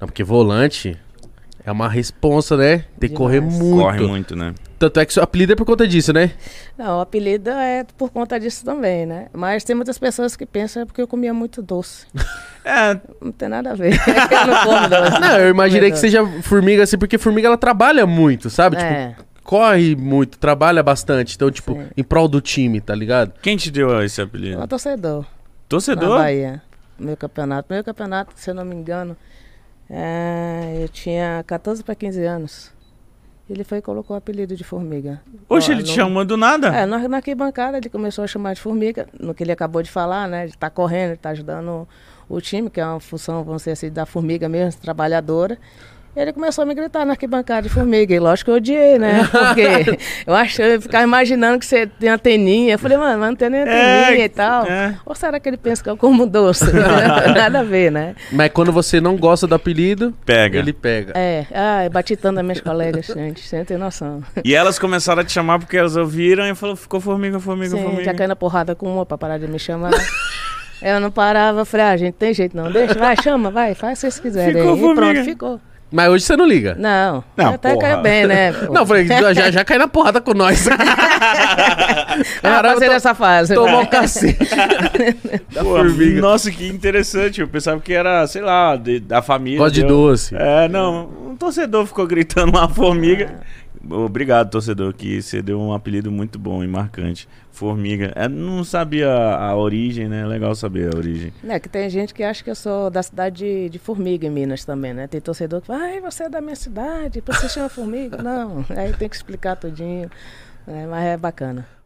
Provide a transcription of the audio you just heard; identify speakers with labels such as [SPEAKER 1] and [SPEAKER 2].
[SPEAKER 1] Não, porque volante é uma responsa, né? Tem que correr
[SPEAKER 2] Demais.
[SPEAKER 1] muito.
[SPEAKER 2] Corre muito, né?
[SPEAKER 1] Tanto é que seu apelido é por conta disso, né?
[SPEAKER 3] Não, o apelido é por conta disso também, né? Mas tem muitas pessoas que pensam é porque eu comia muito doce.
[SPEAKER 2] É,
[SPEAKER 3] Não tem nada a ver. eu não como doce.
[SPEAKER 1] Não, eu imaginei que
[SPEAKER 3] Verdade.
[SPEAKER 1] seja formiga assim, porque formiga ela trabalha muito, sabe? Tipo,
[SPEAKER 3] É.
[SPEAKER 1] corre muito, trabalha bastante. Então, tipo,
[SPEAKER 3] Sim.
[SPEAKER 1] em prol do time, tá ligado?
[SPEAKER 2] quem te deu esse apelido?
[SPEAKER 3] Um torcedor.
[SPEAKER 2] Torcedor?
[SPEAKER 3] Na Bahia. Meu campeonato. Meu campeonato, se eu não me engano, é, eu tinha 14 para 15 anos. Ele foi e colocou o apelido de formiga.
[SPEAKER 2] Oxe,
[SPEAKER 3] Ó,
[SPEAKER 2] ele te
[SPEAKER 3] no-
[SPEAKER 2] chamou do nada?
[SPEAKER 3] É, na, na arquibancada ele começou a chamar de formiga, no que ele acabou de falar, né? De estar correndo, estar ajudando o, o time, que é uma função, vamos dizer assim, da formiga mesmo, trabalhadora. Ele começou a me gritar na arquibancada de formiga. E lógico que eu odiei, né? Porque eu achei, eu ficava imaginando que você tem uma teninha. Eu falei, mano, mas não tem nem teninha e tal.
[SPEAKER 2] é.
[SPEAKER 3] Ou será que ele pensa que eu como doce? Nada a ver, né?
[SPEAKER 1] Mas quando você não gosta do apelido,
[SPEAKER 2] Pega.
[SPEAKER 1] ele pega.
[SPEAKER 3] É, ai, bati tanto nas minhas colegas, gente, você não tem noção.
[SPEAKER 2] E elas começaram a te chamar porque elas ouviram e falou, ficou formiga, formiga,
[SPEAKER 3] Sim, já
[SPEAKER 2] formiga.
[SPEAKER 3] caí na porrada com uma pra parar de me chamar. Eu não parava, eu falei, ah, gente, tem jeito não, deixa, vai, chama, vai, faz o que vocês quiserem.
[SPEAKER 2] Ficou,
[SPEAKER 3] aí. e
[SPEAKER 2] formiga.
[SPEAKER 3] pronto, ficou.
[SPEAKER 1] Mas hoje você não liga.
[SPEAKER 3] Não,
[SPEAKER 2] Não,
[SPEAKER 3] até
[SPEAKER 2] porra.
[SPEAKER 3] caiu bem, né? pô?
[SPEAKER 1] Não, eu falei, já, já cai na porrada com nós.
[SPEAKER 3] Ah,
[SPEAKER 1] Caramba,
[SPEAKER 3] passei
[SPEAKER 1] to-
[SPEAKER 3] dessa fase. É.
[SPEAKER 1] tomou
[SPEAKER 3] vai.
[SPEAKER 1] um cacete. da
[SPEAKER 2] Pô,
[SPEAKER 1] formiga.
[SPEAKER 2] nossa, que interessante. Eu pensava que era, sei lá, de- da família.
[SPEAKER 1] Gosta de
[SPEAKER 2] deu-
[SPEAKER 1] doce.
[SPEAKER 2] É, não. Um torcedor ficou gritando uma formiga.
[SPEAKER 3] É.
[SPEAKER 2] Obrigado, torcedor, que você deu um apelido muito bom e marcante. Formiga. É, não sabia a, a origem, né? É Legal saber a origem.
[SPEAKER 3] Né, que tem gente que acha que eu sou da cidade de, de Formiga, em Minas também, né? Tem torcedor que fala, ai, você é da minha cidade, por que você chama Formiga? Não, aí tem que explicar tudinho, né? mas é bacana.